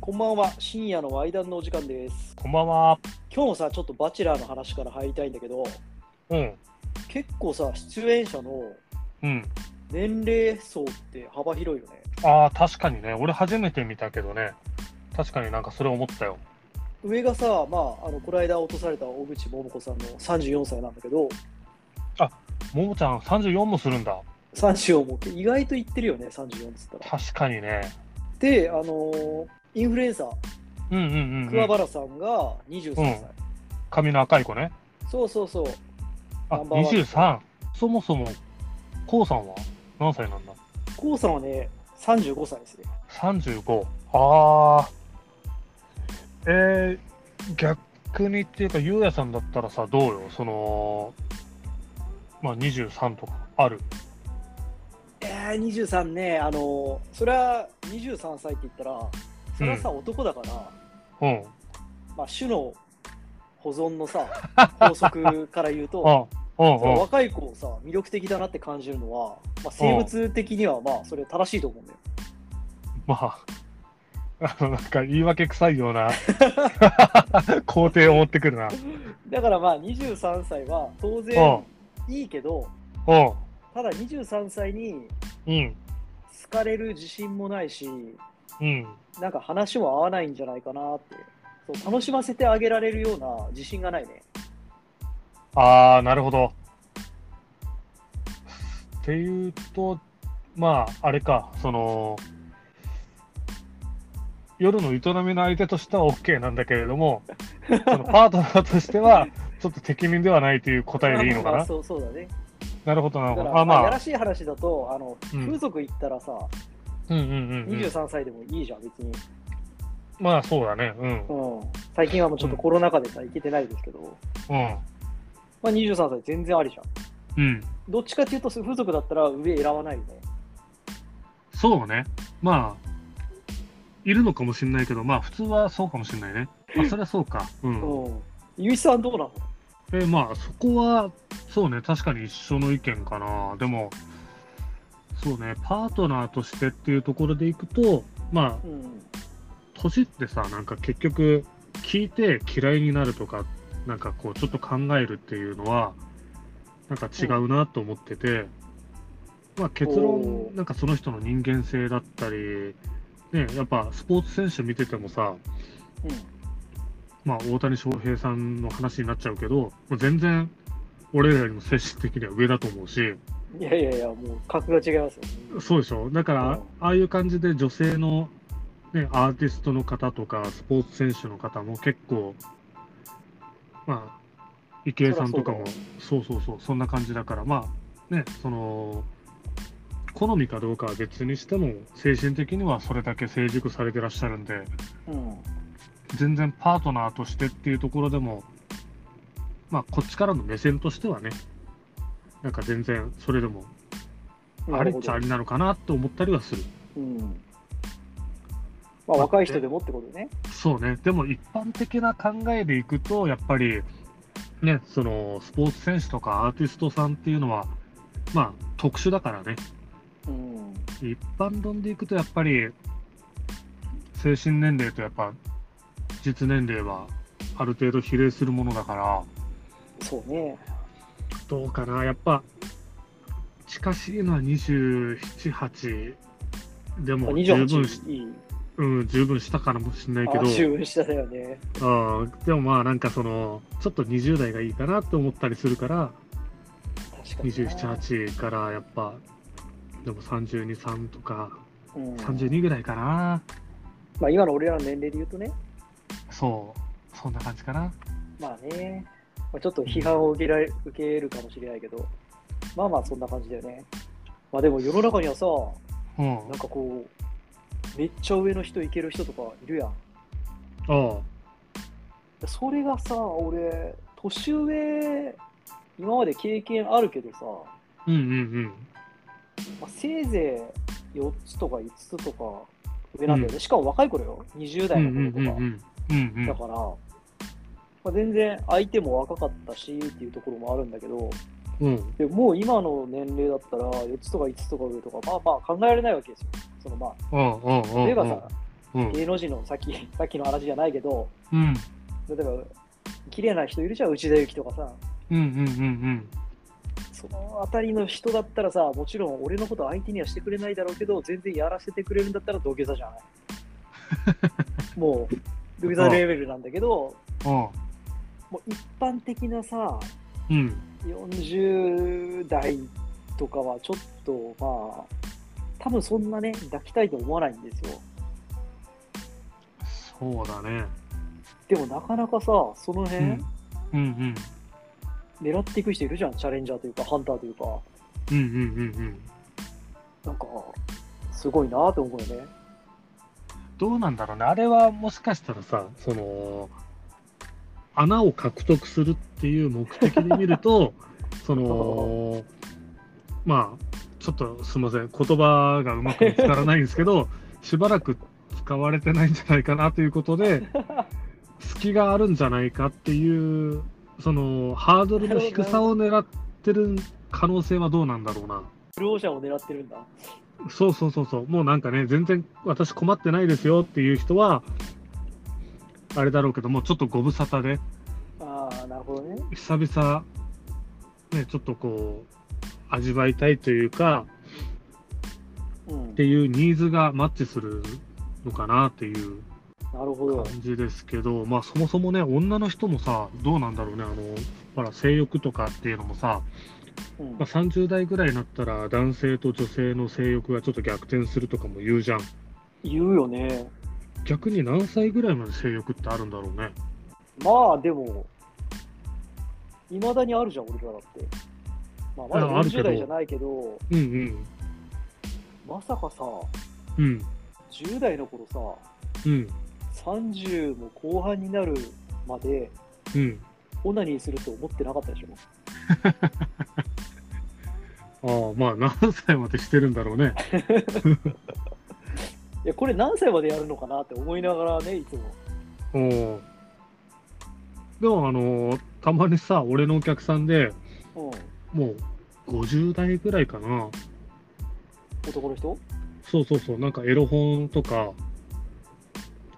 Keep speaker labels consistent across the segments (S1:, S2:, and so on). S1: こんばんは深夜のワイダンのお時間です
S2: こんばんは。
S1: 今日もさちょっとバチェラーの話から入りたいんだけど
S2: うん。
S1: 結構さ出演者の
S2: うん。
S1: 年齢層って幅広いよね
S2: ああ、確かにね。俺初めて見たけどね。確かになんかそれ思ったよ。
S1: 上がさまああのこの間落とされた小口桃子さんの34歳なんだけど
S2: ももちゃん34もするんだ。
S1: 34も意外と言ってるよね34っつったら
S2: 確かにね。
S1: であのーインフルエンサー
S2: うんうんうん、う
S1: 桑
S2: ん。
S1: 原さんが23歳、
S2: 髪の赤い子ね。
S1: そうそうそう
S2: あ、
S1: ナンバーワン
S2: 23。そもそも、こうさんは何歳なんだ
S1: KOO さんはね35歳ですね
S2: ?35。ああ。えー、逆にっていうか、ゆうやさんだったらさ、どうよその、まあ23とかある。
S1: えー、23ね、あのそれは23歳って言ったら、それはさ、男だから、
S2: うん。
S1: まあ、種の保存の さ、法則から言うと、
S2: あ、うん
S1: その若い子をさ、魅力的だなって感じるのは、まあ、生物的にはまあ、それ正しいと思うんだよ。
S2: まあ、あの、なんか言い訳臭いよう な工程を持ってくるな。
S1: だからまあ、23歳は当
S2: うん
S1: 然いいけど、
S2: うん。
S1: ただ23歳に
S2: うん。
S1: 好かれる自信もないし、
S2: うん。
S1: なんか話も合わないんじゃないかなって、そう楽しませてあげられるような自信がないね。
S2: ああ、なるほど。っていうと、まあ、あれか、その、夜の営みの相手としては OK なんだけれども、そのパートナーとしては、ちょっと適任ではないという答えでいいのか
S1: まあ
S2: な。
S1: そうそうだね。
S2: なるほど、
S1: だ
S2: なる
S1: か
S2: ほ
S1: ら、
S2: ど。あ、
S1: まあ、や
S2: ま
S1: ら
S2: あ、
S1: しい話だと、あの、
S2: うん
S1: 風俗行ったらさ、
S2: うんうんうんうん。
S1: 23歳でもいいじゃん、別に。
S2: まあ、そうだね。うん。
S1: うん。最近はもうちょっとコロナ禍でさ、行けてないですけど、
S2: うん。
S1: まあ、23歳全然ありじゃん。
S2: うん。
S1: どっちかっていうと、風俗だったら上選ばないよね。
S2: そうね。まあ、いるのかもしれないけど、まあ、普通はそうかもしれないね。あ、それはそうか。うん。
S1: うん。ゆいさんどうなの
S2: え、まあ、そこは、そうね、確かに一緒の意見かな。でも、そうね、パートナーとしてっていうところでいくと、まあ、
S1: うん。
S2: 年ってさ、なんか結局、聞いて嫌いになるとか、なんかこう、ちょっと考えるっていうのは、なんか違うなと思ってて、まあ結
S1: お
S2: 論、
S1: ー
S2: なんかその人の人間性だったり、ね、やっぱスポーツ選手見ててもさ、
S1: うん。
S2: まあ、大谷翔平さんの話になっちゃうけど、もう全然俺らよりも精神的には上だと思うし、
S1: いやいやいや、もう格が違いますよ。
S2: そうでしょ、だか
S1: うん
S2: ら、ああいう感じで女性の、ね、アーティストの方とか、スポーツ選手の方も結構、まあ、池江さんとかも、そうそうそう、そんな感じだから、まあ、ね、その、好みかどうかは別にしても、精神的にはそれだけ成熟されてらっしゃるんで、
S1: うん。
S2: 全然パートナーとしてっていうところでも、まあ、こっちからの目線としてはね、なんか全然それでもありっちゃありなのかなと思ったりはする。
S1: うん。まあ、若い人でもってことね。
S2: そうね、でも一般的な考えでいくと、やっぱり、ね、そのスポーツ選手とかアーティストさんっていうのは、まあ、特殊だからね、
S1: うん。
S2: 一般論でいくと、やっぱり精神年齢とやっぱ実年齢はある程度比例するものだから。
S1: そうね。
S2: どうかな、やっぱ近しいのは27、8でも十分し
S1: 28いい。
S2: うん、十分したかもしれないけ
S1: あ、十
S2: ど、
S1: 分しただよね。
S2: うん、でもまあ、なんかその、ちょっと20代がいいかなって思ったりするから、
S1: 確かに
S2: 27、
S1: な。
S2: 8からやっぱ、でも32、3とか、
S1: うん
S2: 32ぐらいかな、
S1: まあ、今の俺らの年齢で言うとね、
S2: そう、そんな感じかな。
S1: まあね、まあ、ちょっと批判を受けられ受けるかもしれないけど、まあまあそんな感じだよね。まあでも世の中にはさ、
S2: うん、
S1: なんかこう、めっちゃ上の人いける人とかいるやん。
S2: あ
S1: それがさ、俺、年上、今まで経験あるけどさ、
S2: うんうん
S1: まあ、せいぜい4つとか5つとか上なんだよね。しかも若い頃よ、20
S2: うん。う
S1: 代
S2: ん
S1: の
S2: うん
S1: 頃と
S2: う
S1: か。
S2: んうん。うんうん
S1: だから、まあ、全然相手も若かったしっていうところもあるんだけど、
S2: うん。
S1: でもう今の年齢だったら4つとか5つとか上とかまあまあ考えられないわけですよ。そのまあ
S2: うんうんうんうん。
S1: 例えばさ、
S2: うん。
S1: 芸能人のさっき、 さっきの話じゃないけど、
S2: うん。
S1: 例えば、綺麗な人いるじゃん、内田有紀とかさ、
S2: うんうんうん
S1: そのあたりの人だったらさ、もちろん俺のこと相手にはしてくれないだろうけど、全然やらせてくれるんだったら土下座じ ゃない。もう、土下座レベルなんだけど、
S2: うん。ああ。
S1: もう一般的なさ、
S2: うん。
S1: 40代とかはちょっとまあ多分そんなね抱きたいと思わないんですよ
S2: そうだね。
S1: でもなかなかさその辺、
S2: うん。うん
S1: 狙っていく人いるじゃんチャレンジャーというかハンターというか
S2: うん。うんうんうんうん。
S1: なんかすごいなと思うよね
S2: どうなんだろうね。あれはもしかしたらさ、その、穴を獲得するっていう目的で見ると、その、まあ、ちょっとすみません。言葉がうまく見つからないんですけど、しばらく使われてないんじゃないかなということで、隙があるんじゃないかっていう、その、ハードルの低さを狙ってる可能性はどうなんだろうな。
S1: ブルーオーシャンを狙ってるんだ
S2: そうそうそうそう、もうなんかね、全然私困ってないですよっていう人は、あれだろうけども、ちょっとご無沙汰で、
S1: ああなるほどね
S2: 久々、ね、ちょっとこう、味わいたいというか、
S1: うん
S2: っていうニーズがマッチするのかなっていう
S1: なるほど
S2: 感じですけど、まあそもそもね、女の人もさ、どうなんだろうね、あの、ほら、性欲とかっていうのもさ、
S1: うん
S2: まあ、30代ぐらいになったら、男性と女性の性欲がちょっと逆転するとかも言うじゃん。
S1: 言うよね
S2: 逆に何歳ぐらいまで性欲ってあるんだろうね。
S1: まあでもいまだにあるじゃん俺らだってまあまだ
S2: ああるけど
S1: 40代じゃないけど
S2: うん
S1: まさかさ
S2: うん。うん。
S1: 10代の頃さ
S2: うん。
S1: 30も後半になるまで
S2: うん。
S1: オナニーすると思ってなかったでしょ
S2: ああ、まあ何歳までしてるんだろうね。
S1: いやこれ何歳までやるのかなって思いながらねいつも
S2: おお。でもあのーたまにさ、俺のお客さんで
S1: うん
S2: もう50代ぐらいかな。
S1: 男の人
S2: そうそうそう、なんかエロ本とか、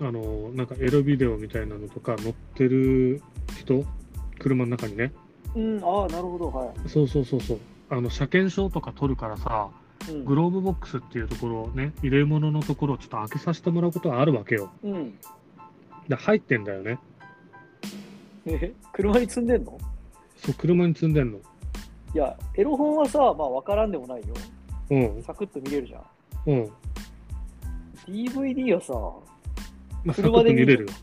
S2: あのーなんかエロビデオみたいなのとか載ってる人、車の中にね。
S1: うんああなるほどは
S2: そうそうそうそう。あの車検証とか取るからさ、
S1: いうん
S2: グローブボックスっていうところをね、入れ物のところをちょっと開けさせてもらうことはあるわけよ。
S1: うん
S2: で、入ってんだよね。
S1: え車に積んでんの
S2: そう、車に積んでんの。
S1: いやエロ本はさまあ分からんでもないよ
S2: うん、
S1: サクッと見れるじゃん
S2: うん。
S1: DVD はさ
S2: まあ、サクッ
S1: 車
S2: と
S1: で
S2: 見
S1: 見
S2: れ
S1: る
S2: るよ。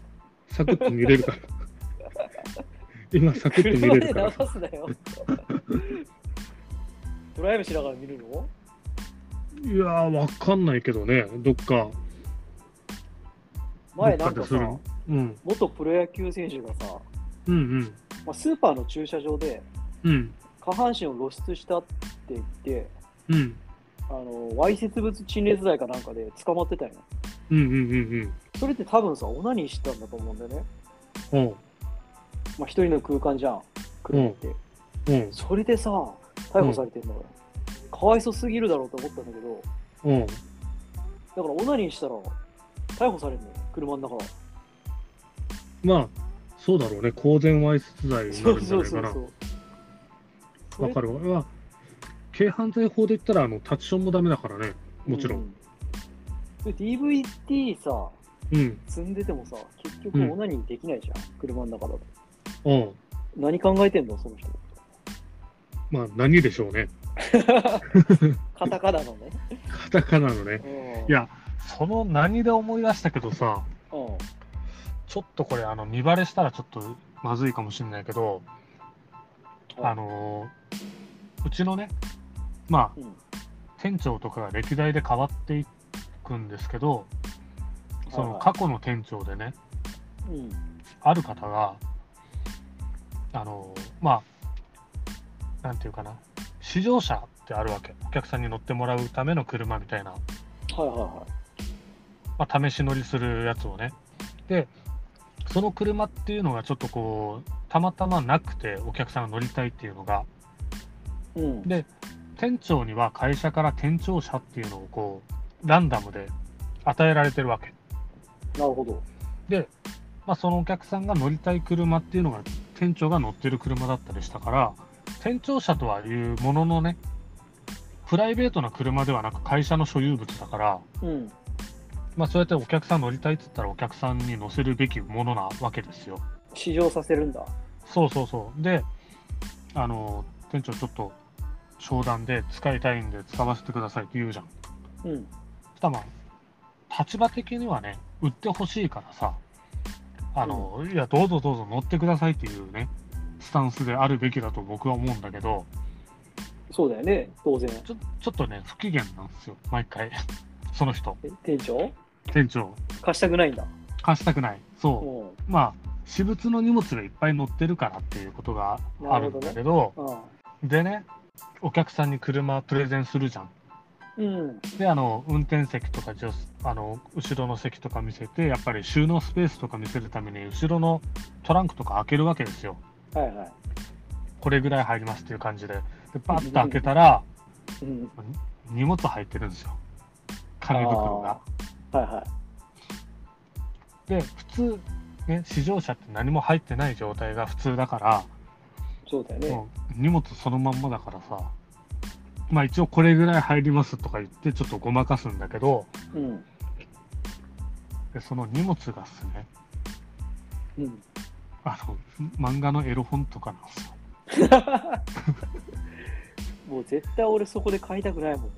S2: サクッと見れ るから。今、サクッと見
S1: 車
S2: れ
S1: で
S2: る
S1: 流
S2: からさ。
S1: すなよドライブしながら見るの
S2: いやー、わかんないけどね、どっか、ど
S1: 前
S2: っ
S1: な
S2: か
S1: ん
S2: で
S1: か
S2: す
S1: さ
S2: るの。うん、
S1: 元プロ野球選手がさ
S2: うん、
S1: まあ、スーパーの駐車場で
S2: うん、うん、
S1: 下半身を露出したって言って、
S2: うん、
S1: あの、わいせつ物陳列罪かなんかで捕まってたよね。
S2: うん、うん、うん、
S1: それって多分さ、オナニーしてたんだと思うんだよね。
S2: うん、うん、
S1: まあ、一人の空間じゃん、車って。
S2: うん、
S1: それでさ、逮捕されてんのよ。かわいそすぎるだろうと思ったんだけど、
S2: うん。
S1: だからオナニーしたら、逮捕されるのよ、車の中は。
S2: まあ、そうだろうね、公然わいせつ罪にな
S1: そ
S2: る
S1: うん
S2: じゃ
S1: そ
S2: な
S1: う
S2: い
S1: そ
S2: か
S1: う
S2: な
S1: そ。う。それ
S2: わかるわ。まあ軽犯罪法で言ったら、あの、タッチションもダメだからね、もちろ。
S1: うんんで DVD さ、
S2: うん、
S1: 積んでてもさ、結局
S2: うん
S1: オナニーできないじゃん、車の中だと。
S2: うん。
S1: 何考えてんのその人。
S2: まあ、何でしょうね。
S1: カタカナのね。
S2: カタカナの
S1: うん
S2: ね。いや、その何で思い出したけどさ、
S1: うん。
S2: ちょっとこれ、あの、見バレしたらちょっとまずいかもしれないけど、あのーうちのね、ま
S1: うん、
S2: あ、店長とかが歴代で変わっていくんですけど、その
S1: はい
S2: 過去の店長でね、
S1: うん。
S2: ある方が、あのーまあ、なんていうかな、試乗車ってあるわけ。お客さんに乗ってもらうための車みたいな
S1: はいはいは
S2: まあ、試し乗りするやつをね。で、その車っていうのがちょっとこう、たまたまなくて、お客さんが乗りたいっていうのが、
S1: い。うん。
S2: で店長には会社から店長車っていうのをこう、ランダムで与えられてるわけ。
S1: なるほど。
S2: で、まあ、そのお客さんが乗りたい車っていうのが店長が乗ってる車だったりしたから店長車とはいうもののねプライベートな車ではなく会社の所有物だから、
S1: うん。
S2: まあ、そうやってお客さん乗りたいっつったらお客さんに乗せるべきものなわけですよ。
S1: 試乗させるんだ。
S2: そうそうそう。で、あの、店長ちょっと商談で使いたいんで使わせてくださいって言うじゃん。
S1: うん。
S2: そしたらまあ、立場的にはね、売ってほしいからさ、あの、いや、どうぞどうぞ乗ってくださいっていうね、スタンスであるべきだと僕は思うんだけど、
S1: そうだよね、当然。
S2: ちょちょっとね、不機嫌なんですよ、毎回。 その人、
S1: え店長
S2: 店長、
S1: 貸したくないんだ。
S2: 貸したくない。そうう。
S1: ん。
S2: まあ、私物の荷物がいっぱい乗ってるからっていうことがあるんだけ
S1: なる
S2: ど
S1: あ
S2: でね、お客さんに車プレゼンするじゃん。
S1: うん。
S2: で、あの運転席とか助手あの後ろの席とか見せて、やっぱり収納スペースとか見せるために、後ろのトランクとか開けるわけですよ。
S1: はいはい。
S2: これぐらい入りますっていう感じで。で、バッと開けたら、
S1: うん。
S2: 荷物入ってるんですよ。紙袋が。
S1: はいは
S2: で、普通、ね、試乗車って何も入ってない状態が普通だから、
S1: い。そうだよね。
S2: もう荷物そのまんまだからさ、まあ一応これぐらい入りますとか言って、ちょっとごまかすんだけど、
S1: うん。
S2: でその荷物がですね、
S1: うん。
S2: あの、漫画のエロ本とかなんですよ。
S1: もう絶対俺そこで買いたくないもん。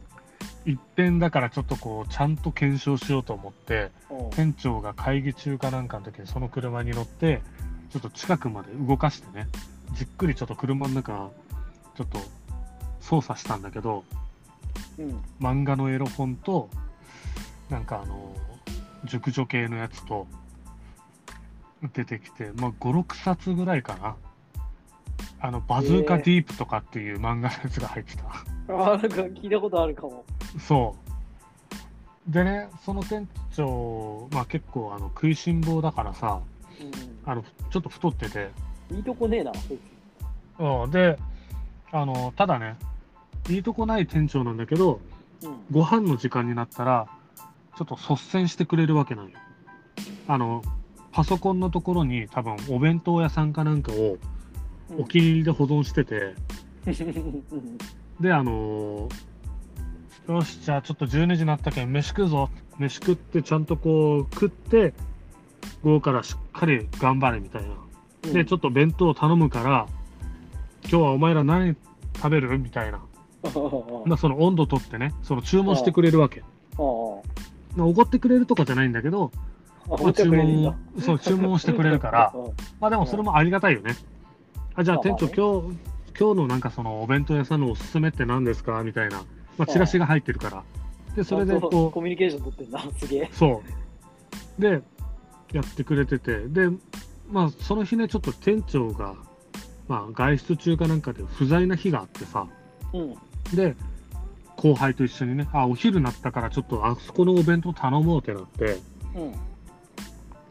S2: 一遍だからちょっとこう、ちゃんと検証しようと思って、
S1: うん。
S2: 店長が会議中かなんかの時にその車に乗って、ちょっと近くまで動かしてね、じっくりちょっと車の中、ちょっと操作したんだけど、
S1: うん。
S2: 漫画のエロ本と、なんかあの、熟女系のやつと、出てきて、まあ、5、6冊ぐらいかな。あの、バズーカ
S1: へえ
S2: ディープとかっていう漫画のやつが入ってた。
S1: ああ、なんか聞いたことあるかも。
S2: そう。でね、その店長、まあ結構あの食いしん坊だからさ、
S1: う
S2: あのちょっと太ってて、
S1: ん。いいとこねえな。
S2: うん、で、あの、ただね、いいとこない店長なんだけど、
S1: うん。
S2: ご飯の時間になったら、ちょっと率先してくれるわけなんよ。あの、パソコンのところに多分お弁当屋さんかなんかをお気に入りで保存してて、
S1: うん。
S2: で、あのーよし、じゃあちょっと12時になったけん、飯食うぞ。飯食って、ちゃんとこう、食って、午後からしっかり頑張れみたいな。で、ちょ
S1: っ
S2: っと弁当頼むから、今日はお前ら何食べるみたいな。
S1: と
S2: まあ、その温度取ってね、その注文してくれるわけ。
S1: あ
S2: まあ、おごってくれるとかじゃないんだけど、
S1: あ。あ、
S2: まあ、注
S1: れ
S2: 文を、そう、注文をしてくれ るから、まあでも それもありがたいよね。あじゃあ
S1: まあ
S2: 店
S1: まあ
S2: 長、
S1: ね
S2: 今日、今日のなんかそのお弁当屋さんのおすすめって何ですかみたいな、まあ、チラシが入ってるから。で、それでこ
S1: コミュニケーション取ってんな、すげえ
S2: う、。そう。で、やってくれてて、で、まあその日ね、ちょっと店長が、まあ外出中かなんかで不在な日があってさ、
S1: うん。
S2: で、後輩と一緒にね、あ、お昼になったからちょっとあそこのお弁当頼もうってなって、
S1: うん。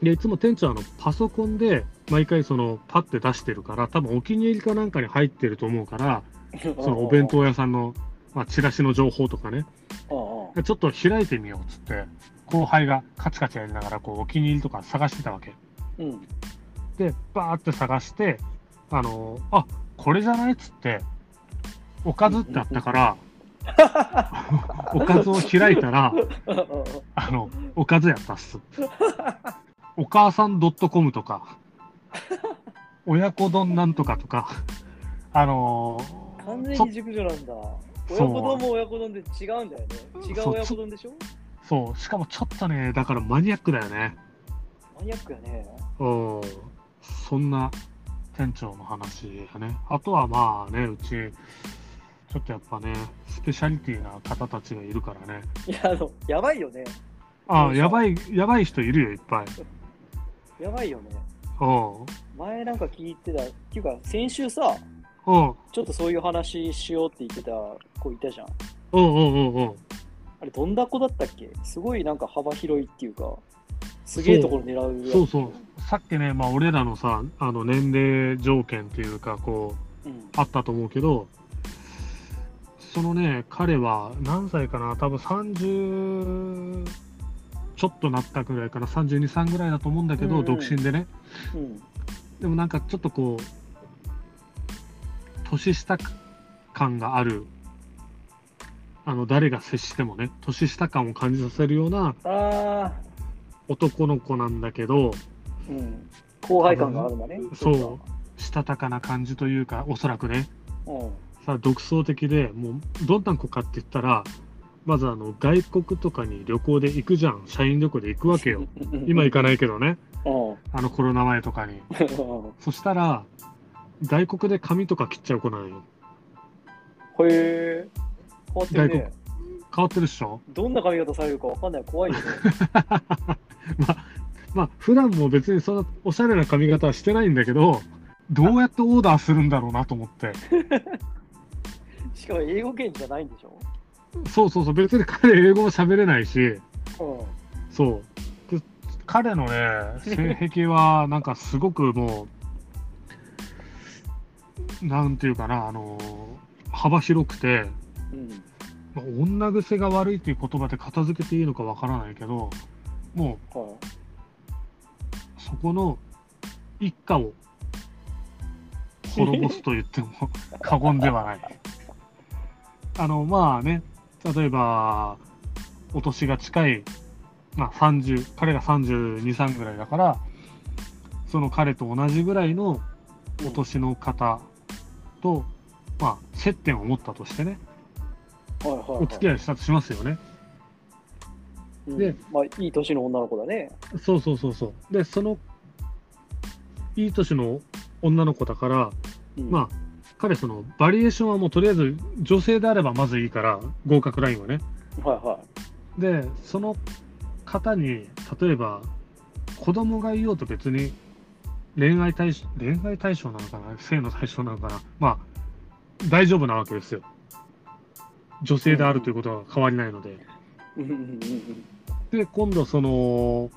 S2: で、いつも店長、あの、パソコンで、毎回その、パッて出してるから、多分お気に入りかなんかに入ってると思うから、 そのお弁当屋さんの、まあ、チラシの情報とかね、
S1: 当。
S2: ちょっと開いてみようっつって、後輩がカチカチやりながら、こう、お気に入りとか探してたわけ。
S1: うん。
S2: で、バーって探して、あの、あ、これじゃないっつって、おかずってあったから、おかずを開いたら、あの、おかずやったっす。お母さん .com とか、親子丼なんとかとか、あの
S1: 完
S2: ー
S1: 全
S2: ちょ
S1: に熟女なんだ。親子丼も親子丼で違うんだよね。違う親子丼でしょ
S2: そう、しかもちょっとね、だからマニアックだよね。
S1: マニアックやね。
S2: うんそんな店長の話やね。あとはまあね、うち、ちょっとやっぱね、スペシャリティな方たちがいるからね。
S1: いや、あの、やばいよね。
S2: あ
S1: そうそ
S2: あ、
S1: う
S2: やばい、やばい人いるよ、いっぱい。
S1: やばいよね。
S2: うん。
S1: 前なんか聞いてた、っていうか、先週さ、
S2: うん。
S1: ちょっとそういう話しようって言ってた子いたじゃん。
S2: うんうんうんうん。
S1: あれ、どんな子だったっけすごいなんか幅広いっていうか、すげえところ狙うやつ
S2: そうそう、さっきね、まあ、俺らのさ、あの年齢条件っていうか、こう、
S1: うん。
S2: あったと思うけど、そのね、彼は何歳かな、多分30ちょっとなったぐらいから32、3ぐらいだと思うんだけど、
S1: うん
S2: 独身でね。
S1: うん。
S2: でもなんかちょっとこう、年下感がある、あの誰が接してもね、年下感を感じさせるような
S1: ああ、
S2: 男の子なんだけど、
S1: うん。後輩感があるんだね。
S2: そう、したたかな感じというか、おそらくね、
S1: う。うん。
S2: さあ独創的で、もうどんな子かって言ったら、まずあの外国とかに旅行で行くじゃん、社員旅行で行くわけよ。今行かないけどね、
S1: うん。
S2: あのコロナ前とかに。そしたら、外国で髪とか切っちゃう子なんよ。
S1: へえ。変わってるね。
S2: 変わってるっしょ
S1: どんな髪型されるかわかんない。怖い よね。
S2: まあ、まあ、普段も別にそんなおしゃれな髪型はしてないんだけど、どうやってオーダーするんだろうなと思って。
S1: しかも英語圏じゃないんでしょ
S2: そうそうそう、別に彼英語も喋れないし、
S1: うん。
S2: そう。で彼のね、性癖はなんかすごくもう、なんていうかな、あの幅広くて、
S1: うん。
S2: まあ女癖が悪いっていう言葉で片付けていいのかわからないけど、もう
S1: は
S2: そこの一家を滅ぼすと言っても過言ではない。あの、まあね、例えば、お年が近い、まあ30、彼が32、3ぐらいだから、その彼と同じぐらいの
S1: い。
S2: お年の方と、まあ、接点を持ったとしてね、
S1: はいはいはい、
S2: お付き合いしたとしますよね。
S1: うん
S2: で
S1: まあ、いい年の女の子だね。
S2: そうそうそうそう。で、その、いい年の女の子だから、
S1: うん
S2: まあ、彼、そのバリエーションはもうとりあえず女性であればまずいいから、合格ラインはね。
S1: はいは
S2: で、その方に、例えば、子供がいようと別に恋愛対象、恋愛対象なのかな、性の対象なのかな、まあ、大丈夫なわけですよ。女性であるということは変わりないので。
S1: い。うんうんうん
S2: で、今度、その、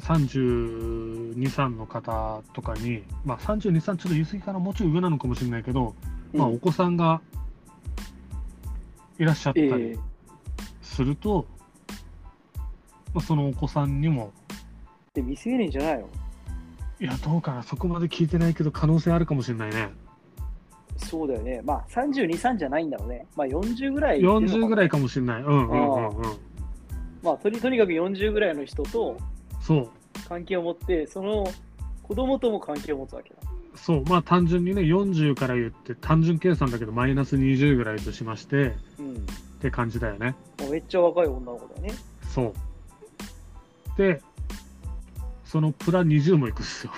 S2: 32、3の方とかに、まあ、32、3、ちょっと言い過ぎかな、もうちょい上なのかもしれないけど、
S1: うん
S2: まあ、お子さんがいらっしゃった
S1: え
S2: りすると、まあ、そのお子さんにも、
S1: えで未成年じゃないの
S2: いや、どうかな、そこまで聞いてないけど、可能性あるかもしれないね。
S1: そうだよね。まあ、32、3じゃないんだろうね。まあ、40ぐらい。
S2: 40ぐらい
S1: か。
S2: かもしれない。うんうんうんうん。
S1: まあとに、とにかく40ぐらいの人と
S2: そう、
S1: 関係を持って、その子供とも関係を持つわけだ。
S2: そう、まあ、単純にね、40から言って、単純計算だけど、マイナス20ぐらいとしまして、
S1: うん。
S2: って感じだよね。
S1: まあめっちゃ若い女の子だね。
S2: そう。で、そのプラ20もいくっすよ。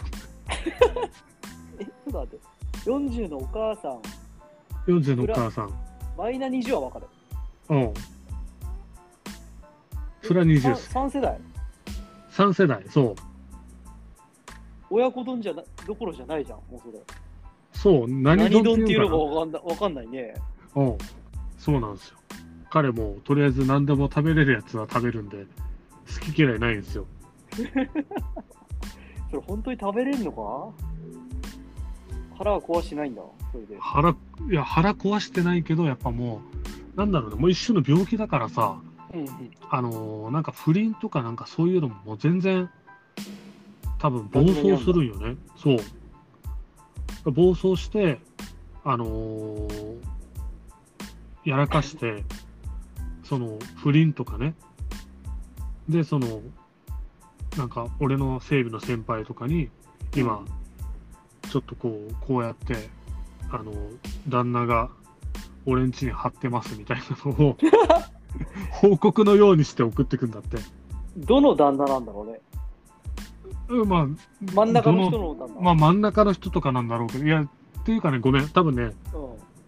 S1: え、ちょっと待って。40のお母さん、
S2: 40のお母さん。
S1: マイナ20は分かる。
S2: うん。プラ20っす。
S1: 3世代。
S2: 3世代、そう。
S1: 親子丼じゃなどころじゃないじゃん、もうそれ。
S2: そう、何
S1: 何
S2: 丼
S1: 丼
S2: っ
S1: ってて
S2: い
S1: いううのかわか
S2: のかな
S1: んなわかんないね。
S2: うん。そうなんですよ。彼も、とりあえず何でも食べれるやつは食べるんで、好き嫌いないんですよ。
S1: それ本当に食べれるのか腹は壊しないんだ、それで。
S2: 腹、いや、腹壊してないけど、やっぱもう、なんだろうね、もう一種の病気だからさ、
S1: うんうん、
S2: あのーなんか不倫とかなんかそういうのももう全然多分暴走するんよね。そう。暴走して、あのーやらかして、その不倫とかね。で、その、なんか俺の整備の先輩とかに、今、ちょっとこう、こうやって、あの旦那が俺ん家に貼ってますみたいなの を報告のようにして送ってくんだって。
S1: どの旦那なんだろうね。
S2: うんまあ、
S1: 真ん中の人の
S2: ど
S1: 旦那。
S2: まあ真ん中の人とかなんだろうけど、いや、っていうかね、ごめん、多分ね、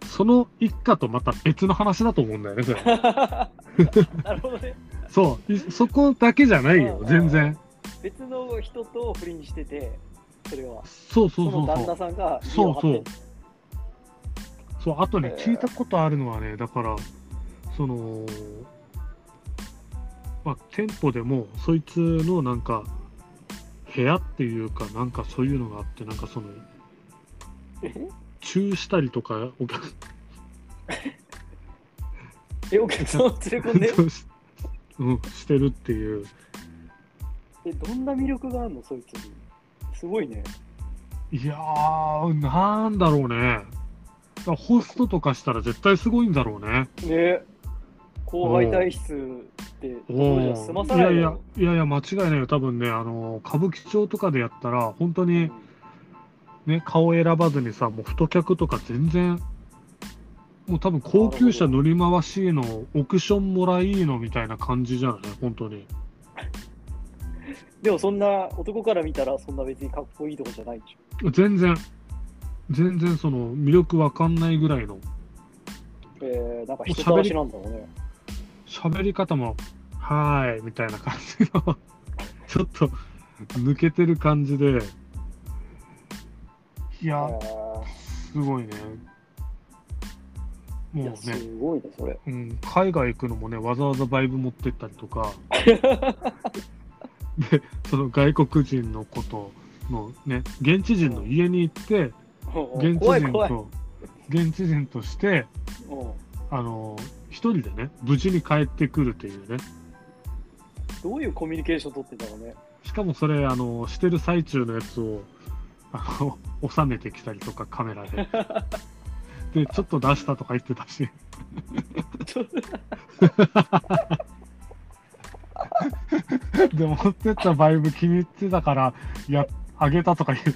S2: その一家とまた別の話だと思うんだよね、それ。
S1: うん、なるほどね。
S2: そうい、そこだけじゃないよ
S1: う、ん
S2: 全然。
S1: 別の人と不倫してて、それは。
S2: そう
S1: そ
S2: そうそ
S1: の
S2: う
S1: 旦
S2: そ
S1: 那
S2: う。
S1: さんが家
S2: そ
S1: を
S2: う
S1: 張って
S2: そう。そう、あとね、
S1: えー
S2: 聞いたことあるのはね、だから、その、まあ、店舗でも、そいつのなんか、部屋っていうか、なんかそういうのがあって、なんかその、チューしたりとか、お客
S1: ええお客さんを連れ込んで
S2: そうし うん、してるっていう。
S1: え、どんな魅力があるの、そいつに。すごいね。
S2: いやー、なんだろうね。だからホストとかしたら絶対すごいんだろうね。
S1: ね後輩体質ってところじゃ済まさ
S2: い
S1: な
S2: や
S1: い
S2: い
S1: よ
S2: や、いやいや、間違いないよ。多分ね、あの、歌舞伎町とかでやったら、本当にね、顔選ばずにさ、もう太客とか全然、もう多分高級車乗り回しの、オクションもらいのみたいな感じじゃない本当に。
S1: でもそんな男から見たらそんな別にかっこいいとこじゃないでし
S2: 全然、全然その魅力わかんないぐらいの。
S1: ょ。えー、なんか人たらしなんだろうね。
S2: 喋り方も、はーい、みたいな感じの、 ちょっと抜けてる感じで、い
S1: え
S2: や、
S1: ー
S2: すごいね。
S1: い
S2: も
S1: や
S2: うね、
S1: すごいね、それ。
S2: うん、海外行くのもね、わざわざバイブ持ってったりとか、 で、その外国人のことのね、現地人の家に行って、現地
S1: 怖い
S2: 人
S1: 怖い。
S2: と、現地人として、
S1: うん
S2: あの、一人でね、無事に帰ってくるっていうね、
S1: どういうコミュニケーション取ってんだろうね。
S2: しかもそれあのしてる最中のやつをあの収めてきたりとかカメ ラででちょっと出したとか言ってたし
S1: ちょっと
S2: で持ってったバイブ気に入ってたからやあげたとか言ったし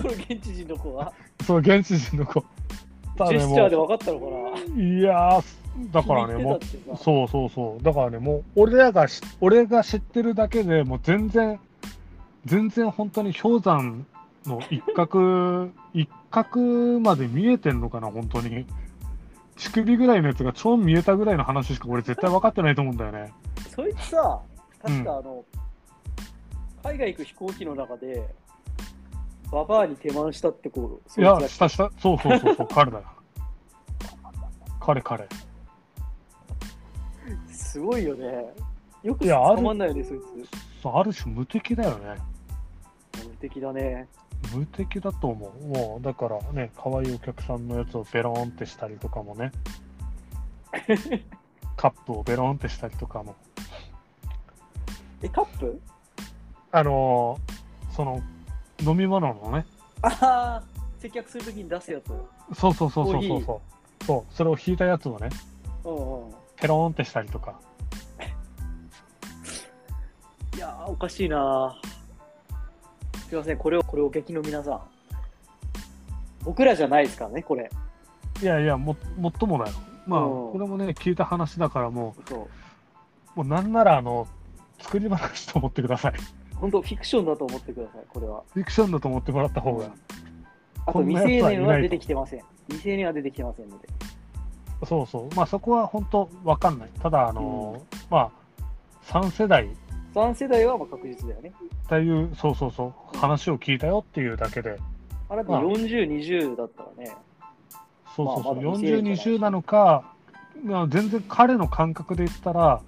S1: その現地人の子は、
S2: そう現地人の子
S1: ジェスチャーで分かったのかない
S2: やーだからねもう
S1: 気に入ってたってさ
S2: そうそうそうだからねもう俺らがし俺が知ってるだけでもう全然全然本当に氷山の一角 一角まで見えてんのかな本当に乳首ぐらいのやつが超見えたぐらいの話しか俺絶対分かってないと思うんだよね
S1: そいつさ、
S2: うん
S1: 確かあの、海外行く飛行機の中で、ババアに手満したってこう、そ
S2: い
S1: いつ
S2: や
S1: が
S2: 下下そうそうそうそう彼だよ彼彼
S1: すごいよね。よく
S2: いやある
S1: 捕まんないよね、そいつ。
S2: そうある種無敵だよね
S1: 無敵だね。
S2: 無敵だと思うもうだからね可愛いお客さんのやつをベローンってしたりとか もねカップをベローンってしたりとかも
S1: え、カップ
S2: あのーその飲み物のね
S1: ああ、接客するときに出すやつ。うん
S2: そうそうそうそ
S1: コ
S2: うそ
S1: ー
S2: う
S1: ヒ
S2: そうそうそれを引いたやつをね
S1: うん。
S2: ペローンってしたりとか
S1: いやー、おかしいなーすいません、これを、これを劇の皆さん。僕らじゃないですからね、これ。
S2: いやいやももっともだよまあ
S1: うん
S2: これもね聞いた話だからも
S1: そう
S2: もうなんならあの作り話と思ってください
S1: 本当フィクションだと思ってください、これは。
S2: フィクションだと思ってもらった方が
S1: あと
S2: こん
S1: 未
S2: なや
S1: 成
S2: つはいないと
S1: 年は出てきてません。未成年は出てきてませんので。
S2: そうそうまあそこは本当わかんないただあのーまあ3世代
S1: 3世代はまあ確実だよね。
S2: っていうそうそうそう話を聞いたよっていうだけで
S1: あなた
S2: まあ
S1: 40、20だったらね。
S2: そうそうそう、
S1: まあまだ未成年じゃない
S2: 4020なのかまあ全然彼の感覚で言ったら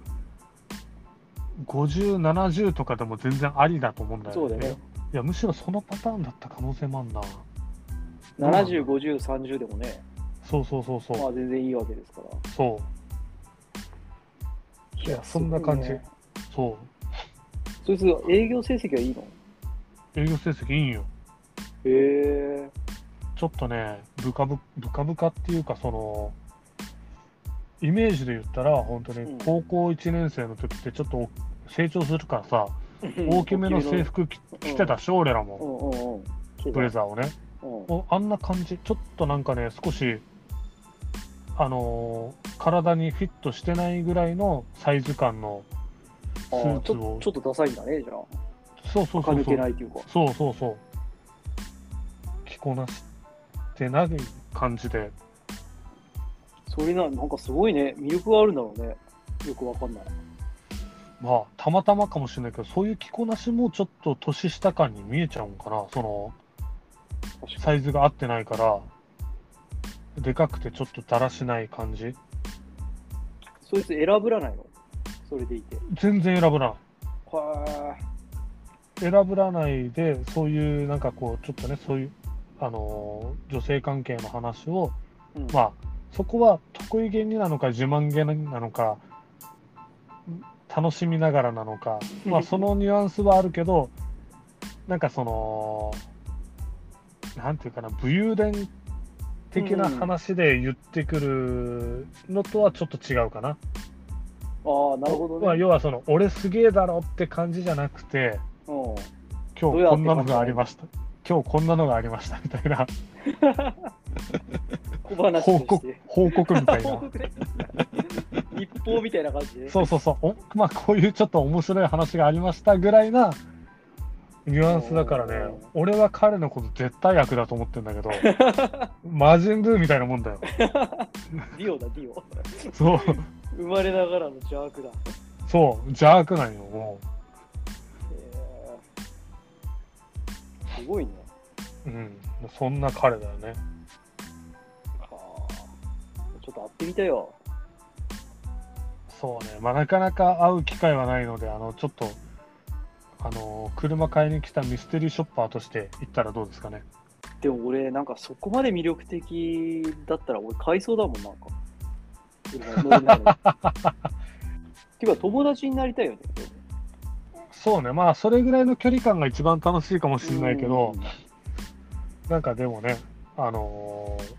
S2: 5070とかでも全然ありだと思うんだよ
S1: そうだよね。
S2: いやむしろそのパターンだった可能性もあんなうん
S1: 70、50、30でもね、
S2: そうそうそうそう、
S1: まあ全然いいわけですから。
S2: そういやそんな感
S1: す
S2: じ、
S1: ごいね
S2: そ
S1: そいつ、営業成績はいいの
S2: う営業成績いいんよ
S1: へえ。
S2: ちょっとねブカブブカブカっていうかそのイメージで言ったら本当
S1: う
S2: に
S1: ん
S2: 高校1年生の時ってちょっと成長するからさ、大きめの制服着
S1: うん
S2: 着てたし、俺ら
S1: う
S2: も、
S1: んうんうん。
S2: ブレザーをね。
S1: うん
S2: おあんな感じ、ちょっとなんかね、少し、あのー体にフィットしてないぐらいのサイズ感のス
S1: あ
S2: ー
S1: ーち
S2: ツ
S1: ょ
S2: を、
S1: ちょっとダサいんだね、じゃあ。
S2: そうそう
S1: 垢
S2: そう
S1: 抜
S2: そ
S1: けな
S2: う、
S1: いというか。
S2: そうそうそう、着こなしてない感じで、
S1: それな、なんかすごいね、魅力があるんだろうね。よくわかんない。
S2: まあ、たまたまかもしれないけど、そういう着こなしもちょっと年下感に見えちゃうんかな、その
S1: 確か
S2: サイズが合ってないから、でかくてちょっとだらしない感じ。
S1: そいつ選ぶらないのそれでいて。
S2: 全然選ぶな
S1: は
S2: 選ぶらないでそういうなんかこうちょっとねそういうあのー女性関係の話を
S1: ーうん。
S2: まあそこは得意げになのか自慢げなのか楽しみながらなのか、まあ、そのニュアンスはあるけどなんかそのなんていうかな武勇伝的な話で言ってくるのとはちょっと違うかな。
S1: ああ、なるほ
S2: ま
S1: ど
S2: あ、
S1: ね。
S2: 要はその俺すげえだろって感じじゃなくて
S1: うん
S2: 今日こんなのがありました今日こんなのがありましたみたいな
S1: 小話と
S2: 報
S1: し
S2: 告
S1: て。
S2: 報告みたい
S1: 報
S2: な
S1: 告ね。一報みたいな感じで。
S2: そうそうそうおまあこういうちょっと面白い話がありましたぐらいなニュアンスだからね俺は彼のこと絶対悪だと思ってんだけどマジンブーみたいなもんだよ
S1: ディオだ、ディオ。
S2: そう
S1: 生まれながらの邪悪だ。
S2: そう邪悪なんよも
S1: えーすごいね。
S2: う、うん、そんな彼だよね
S1: あーちょっと会ってみたよ。
S2: そうね、まあ、なかなか会う機会はないので、あのちょっと、あの車買いに来たミステリーショッパーとして行ったらどうですかね。
S1: でも俺、なんかそこまで魅力的だったら俺買いそうだもん、なん か。車乗れないのにていうか、友達になりたいよね。
S2: そうね、まあ、それぐらいの距離感が一番楽しいかもしれないけど、なんかでもね、あのー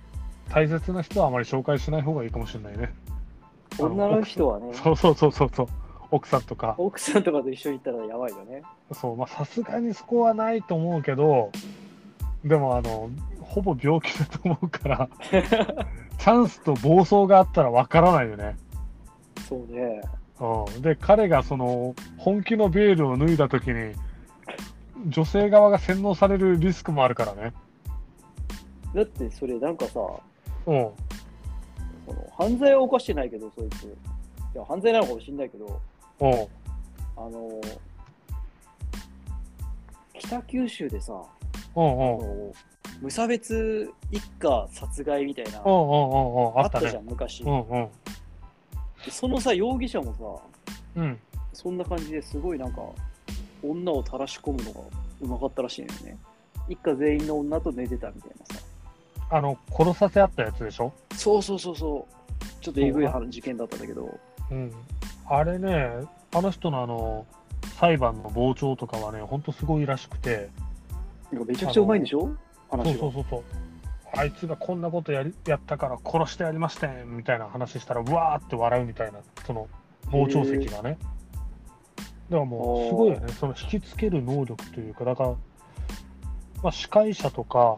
S2: 大切な人はあまり紹介しない方がいいかもしれないね。
S1: うん、女の人はね、
S2: そうそうそうそうそう、奥さんとか、
S1: 奥さんとかと一緒に行ったらやばいよね。
S2: そう、まあ、さすがにそこはないと思うけど、でも、あの、ほぼ病気だと思う から、チャンスと暴走があったらわからないよね。
S1: そうね。
S2: うん、で彼がその本気のベールを脱いだ時に女性側が洗脳されるリスクもあるからね、
S1: だってそれなんかさ、そ
S2: うん、
S1: の犯罪は犯してないけど、そいつ。いや、犯罪なのかもしれないけど、
S2: うん
S1: あの、北九州でさ、
S2: うん
S1: あ
S2: うん
S1: の無差別一家殺害みたいな、
S2: うんうんうんうん
S1: あ
S2: あ
S1: っ
S2: っ
S1: た
S2: た
S1: じゃ
S2: ね
S1: ん、昔、
S2: うんうん
S1: でそのさ、容疑者も
S2: うん
S1: さ、そんな感じですごいなんか、女を垂らし込むのがうまかったらしいのよね。一家全員の女と寝てたみたいなさ。
S2: あの殺させ合ったやつでしょ、
S1: そうそうそうそう。ちょっとえぐい話事件だったんだけど。
S2: うん、あれねあの人のあの裁判の傍聴とかはねほんとすごいらしくて
S1: なんかめちゃくちゃうまいんでしょ話
S2: そ
S1: が。
S2: うそうそうそうあいつがこんなことやりやったから殺してやりましたんみたいな話したらうわーって笑うみたいなその傍聴席がねだからもうすごいよねその引きつける能力というかだから、まあ、司会者とか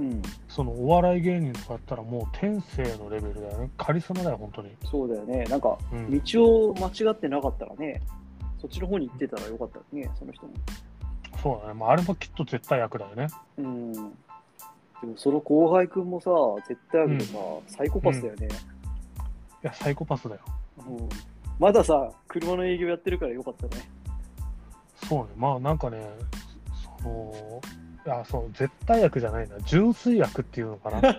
S1: うん。
S2: そのお笑い芸人とかやったらもう天性のレベルだよねカリスマだよ本当に、
S1: そうだよね。なんか、
S2: うん、
S1: 道を間違ってなかったらね、そっちの方に行ってたらよかったね、その人も。
S2: そうだね、まあ、あれもきっと絶対役だよね
S1: うん。でもその後輩くんもさ、絶対あるけどさ、サイコパスだよね。
S2: いやサイコパスだよ
S1: うんまださ、車の営業やってるからよかったね。
S2: そうねまあなんかねそのあそう絶対役じゃないな純粋役っていうのかなだ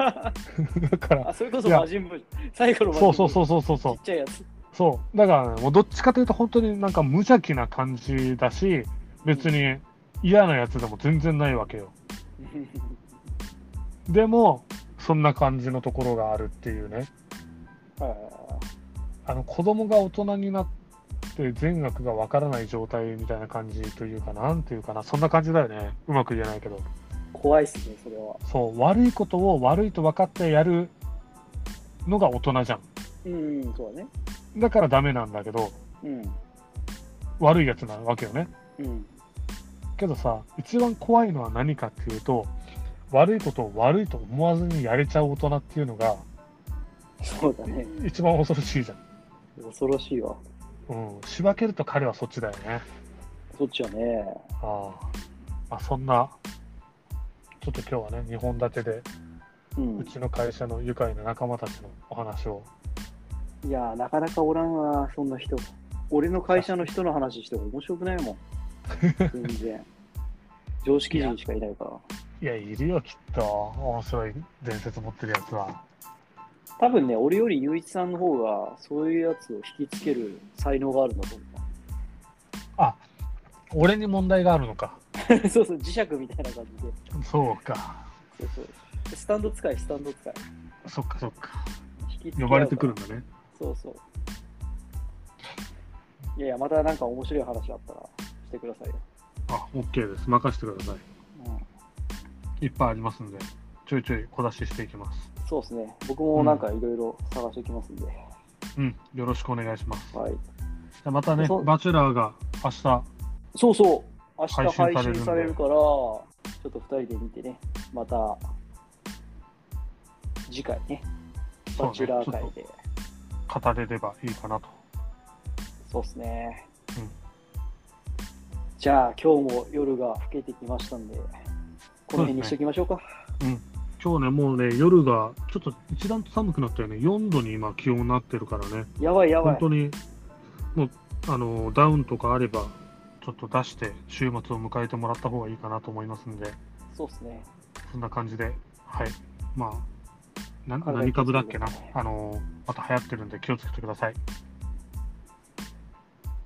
S2: から
S1: あ、それこそ
S2: いや
S1: 魔人ブー、最後の魔人
S2: そ
S1: ブ
S2: うそうそううそうそうそ
S1: ちっちゃいやつ。
S2: うそうだからね、もうどっちかというと本当になんか無邪気な感じだし別に嫌なやつでも全然ないわけよでもそんな感じのところがあるっていうね
S1: はいはい
S2: あの子供が大人になって善悪がわからない状態みたいな感じというかなんていうかなそんな感じだよねうまく言えないけど
S1: 怖いっすね、それは。
S2: そう悪いことを悪いと分かってやるのが大人じゃん
S1: うん、そうだね。
S2: だからダメなんだけど
S1: うん。
S2: 悪いやつなわけよね
S1: うん。
S2: けどさ一番怖いのは何かっていうと悪いことを悪いと思わずにやれちゃう大人っていうのが
S1: そうだね。
S2: 一番恐ろしいじゃん、
S1: 恐ろしいわ。
S2: うん、仕分けると彼はそっちだよね
S1: そっちはね。
S2: ああまあそんなちょっと今日はね2本立てで
S1: うん
S2: う。ちの会社の愉快な仲間たちのお話を
S1: いやー、なかなかおらんわ、そんな人。俺の会社の人の話しても面白くないもん。全 然。常識人しかいないから。
S2: いやいるよきっと面白い伝説持ってるやつは
S1: 多分ね、俺より雄一さんの方が、そういうやつを引きつける才能があるんだと思
S2: 俺に問題があるのか
S1: う。 そうそう、磁石みたいな感じで。
S2: そうか
S1: そうそう。スタンド使い、スタンド使い。
S2: そっかそっか
S1: 引きき付き合
S2: 呼
S1: う
S2: ばれてくるんだね。
S1: そうそう。いやいや、またなんか面白い話あったらしてくださいよ。
S2: あ、OK です。任せてくださ
S1: うん、
S2: い。いっぱいありますんで、ちょいちょい小出ししていきます。
S1: そうですね。僕もなんかいろいろ探してきますんで。
S2: うん、よろしくお願いします。
S1: はい。
S2: じゃあまたね
S1: そ、う
S2: バチュラーが明日、
S1: そうそう。明日
S2: 配信されるんで
S1: 配信されるから、ちょっと2人で見てね。また、次回ね。
S2: そうね
S1: バチュラー会で。
S2: 語れればいいかなと。
S1: そうですね。
S2: うん
S1: じゃあ、今日も夜が更けてきましたんで、この辺にしときましょうか。
S2: うん。今日ね、もうね、夜がちょっと一段と寒くなったよね。4度に今気温なってるからね。
S1: やばいやばい
S2: 本。当に、もう、あの、ダウンとかあれば、ちょっと出して週末を迎えてもらった方がいいかなと思いますんで、
S1: そうですね。
S2: そんな感じで、はい。まあ、な
S1: 体
S2: 何株だっけな
S1: 気をつけてください。
S2: あの、また流行ってるんで気をつけてください。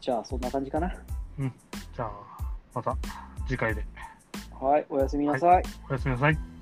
S1: じゃあ、そんな感じかな。
S2: じゃあ、また次回で。
S1: はい、おやすみなさい。
S2: おやすみなさい。